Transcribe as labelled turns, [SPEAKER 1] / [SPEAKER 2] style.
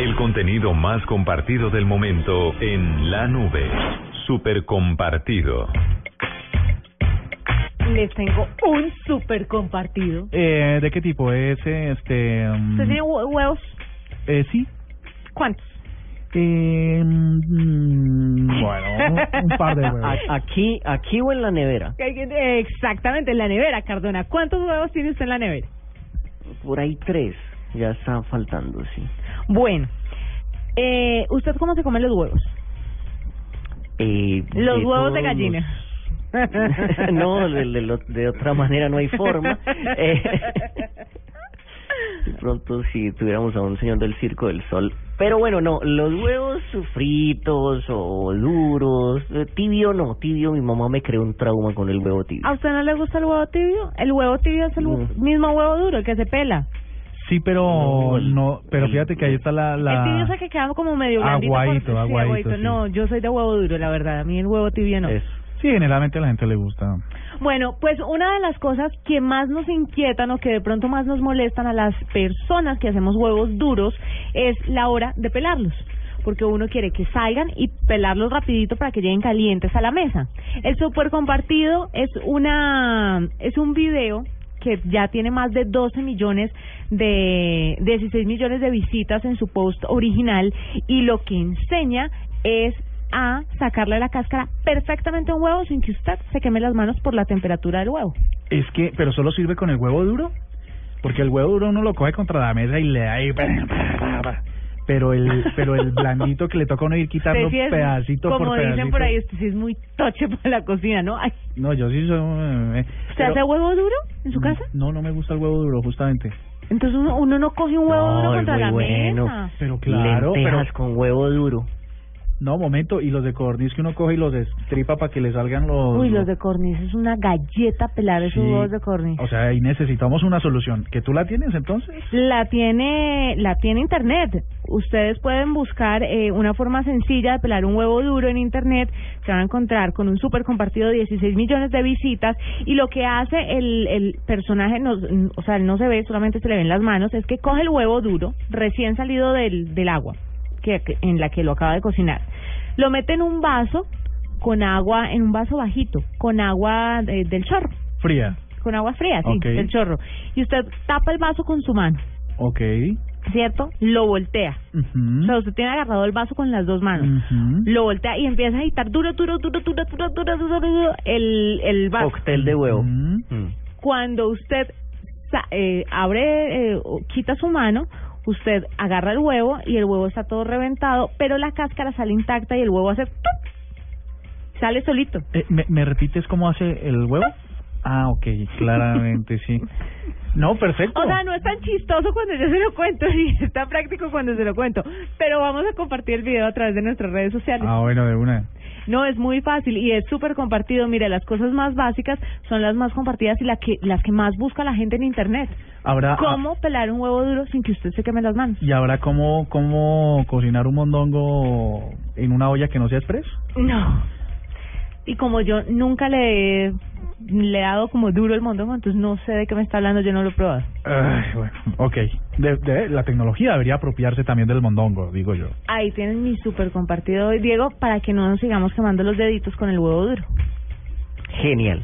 [SPEAKER 1] El contenido más compartido del momento en la nube. Super compartido.
[SPEAKER 2] Les tengo un super compartido.
[SPEAKER 3] Eh, ¿De qué tipo es? eh, Este. mm,
[SPEAKER 2] ¿Usted tiene hue- huevos?
[SPEAKER 3] eh, sí.
[SPEAKER 2] ¿Cuántos?
[SPEAKER 3] Eh, mm, bueno, un, un par de huevos.
[SPEAKER 4] A- Aquí, aquí o en la nevera.
[SPEAKER 2] Eh, Exactamente, en la nevera, Cardona. ¿Cuántos huevos tiene usted en la nevera?
[SPEAKER 4] Por ahí tres. Ya están faltando, sí.
[SPEAKER 2] Bueno, eh, ¿usted cómo se come los huevos?
[SPEAKER 4] Eh,
[SPEAKER 2] Los
[SPEAKER 4] de
[SPEAKER 2] huevos de
[SPEAKER 4] todos
[SPEAKER 2] gallina.
[SPEAKER 4] los- no, de, de lo- de otra manera no hay forma. Eh, de pronto si tuviéramos a un señor del Circo del Sol. Pero bueno, no, los huevos fritos o duros, eh, tibio no, tibio mi mamá me creó un trauma con el huevo tibio.
[SPEAKER 2] ¿A usted no le gusta el huevo tibio? El huevo tibio es el
[SPEAKER 4] No.
[SPEAKER 2] mismo huevo duro, el que se pela.
[SPEAKER 3] Sí, pero
[SPEAKER 4] No, el-
[SPEAKER 3] no, pero
[SPEAKER 4] el-
[SPEAKER 3] fíjate que ahí está la
[SPEAKER 2] El tibio es
[SPEAKER 3] la.
[SPEAKER 2] el que queda como medio blandito. por-
[SPEAKER 3] Aguadito,
[SPEAKER 2] sí,
[SPEAKER 3] aguadito, sí.
[SPEAKER 2] No, yo soy de huevo duro, la verdad. A mí el huevo tibio no.
[SPEAKER 4] Eso.
[SPEAKER 3] Sí, generalmente a la gente le gusta.
[SPEAKER 2] Bueno, pues una de las cosas que más nos inquietan o que de pronto más nos molestan a las personas que hacemos huevos duros es la hora de pelarlos. Porque uno quiere que salgan y pelarlos rapidito para que lleguen calientes a la mesa. El super compartido es una es un video que ya tiene más de 12 millones de 16 millones de visitas en su post original y lo que enseña es a sacarle la cáscara perfectamente a un huevo sin que usted se queme las manos por la temperatura del huevo.
[SPEAKER 3] Es que, pero solo sirve con el huevo duro, porque el huevo duro uno lo coge contra la mesa y le da ahí. Pero el, pero el blandito que le toca a uno ir quitando
[SPEAKER 2] Usted sí es-
[SPEAKER 3] pedacito
[SPEAKER 2] como
[SPEAKER 3] por pedacito.
[SPEAKER 2] dicen por ahí, usted sí es muy toche para la cocina, ¿no? Ay,
[SPEAKER 3] No, yo sí soy. eh,
[SPEAKER 2] ¿Usted
[SPEAKER 3] pero- Mm.
[SPEAKER 2] hace huevo duro en su casa?
[SPEAKER 3] No, no me gusta el huevo duro, justamente.
[SPEAKER 2] Entonces uno, uno no coge un huevo
[SPEAKER 4] No,
[SPEAKER 2] duro
[SPEAKER 4] es
[SPEAKER 2] contra
[SPEAKER 4] muy
[SPEAKER 2] la
[SPEAKER 4] bueno.
[SPEAKER 2] mesa.
[SPEAKER 3] Pero claro, pero
[SPEAKER 4] Lentejas con huevo duro.
[SPEAKER 3] No, momento, y los de codorniz que uno coge y los estripa para que le salgan los...
[SPEAKER 2] Uy, los de corniz es una galleta pelar esos
[SPEAKER 3] Sí.
[SPEAKER 2] huevos de corniz.
[SPEAKER 3] O sea, ahí necesitamos una solución. ¿Que tú la tienes entonces?
[SPEAKER 2] La tiene, la tiene internet. Ustedes pueden buscar eh, una forma sencilla de pelar un huevo duro en internet. Se van a encontrar con un super compartido de 16 millones de visitas. Y lo que hace el, el personaje, no, o sea, él no se ve, solamente se le ven las manos, es que coge el huevo duro, recién salido del, del agua que, que- en la que lo acaba de cocinar. Lo mete en un vaso con agua, en un vaso bajito, con agua eh, del chorro,
[SPEAKER 3] Fría.
[SPEAKER 2] con agua fría, sí,
[SPEAKER 3] Ok.
[SPEAKER 2] del chorro. Y usted tapa el vaso con su mano.
[SPEAKER 3] Ok.
[SPEAKER 2] ¿cierto? Lo voltea. O
[SPEAKER 3] Ujú.
[SPEAKER 2] sea, usted tiene agarrado el vaso con las dos manos.
[SPEAKER 3] Ujú.
[SPEAKER 2] Lo voltea y empieza a agitar duro, duro, duro, duro, duro, duro, duro, duro, el, el vaso.
[SPEAKER 4] Cóctel de huevo.
[SPEAKER 3] Ujú.
[SPEAKER 4] Mm.
[SPEAKER 2] Cuando usted sa- eh, abre, eh, o quita su mano, usted agarra el huevo y el huevo está todo reventado, pero la cáscara sale intacta y el huevo hace... ¡tup! Sale solito.
[SPEAKER 3] Eh, ¿me, me repites cómo hace el huevo? Ah, ok, claramente, sí. No, perfecto.
[SPEAKER 2] O sea, no es tan chistoso cuando yo se lo cuento y es tan práctico cuando se lo cuento. Pero vamos a compartir el video a través de nuestras redes sociales.
[SPEAKER 3] Ah, bueno, de una.
[SPEAKER 2] No, es muy fácil y es súper compartido. Mire, las cosas más básicas son las más compartidas y la que, las que más busca la gente en Internet.
[SPEAKER 3] Habrá... ah,
[SPEAKER 2] ¿Cómo pelar un huevo duro sin que usted se queme las manos?
[SPEAKER 3] ¿Y habrá cómo, cómo cocinar un mondongo en una olla que no sea express?
[SPEAKER 2] No. Y como yo nunca le he, le he dado como duro el mondongo, entonces no sé de qué me está hablando, yo no lo he probado.
[SPEAKER 3] Ay, bueno, ok. De- de- la tecnología debería apropiarse también del mondongo, digo yo.
[SPEAKER 2] Ahí tienen mi súper compartido hoy, Diego, para que no nos sigamos quemando los deditos con el huevo duro.
[SPEAKER 4] Genial.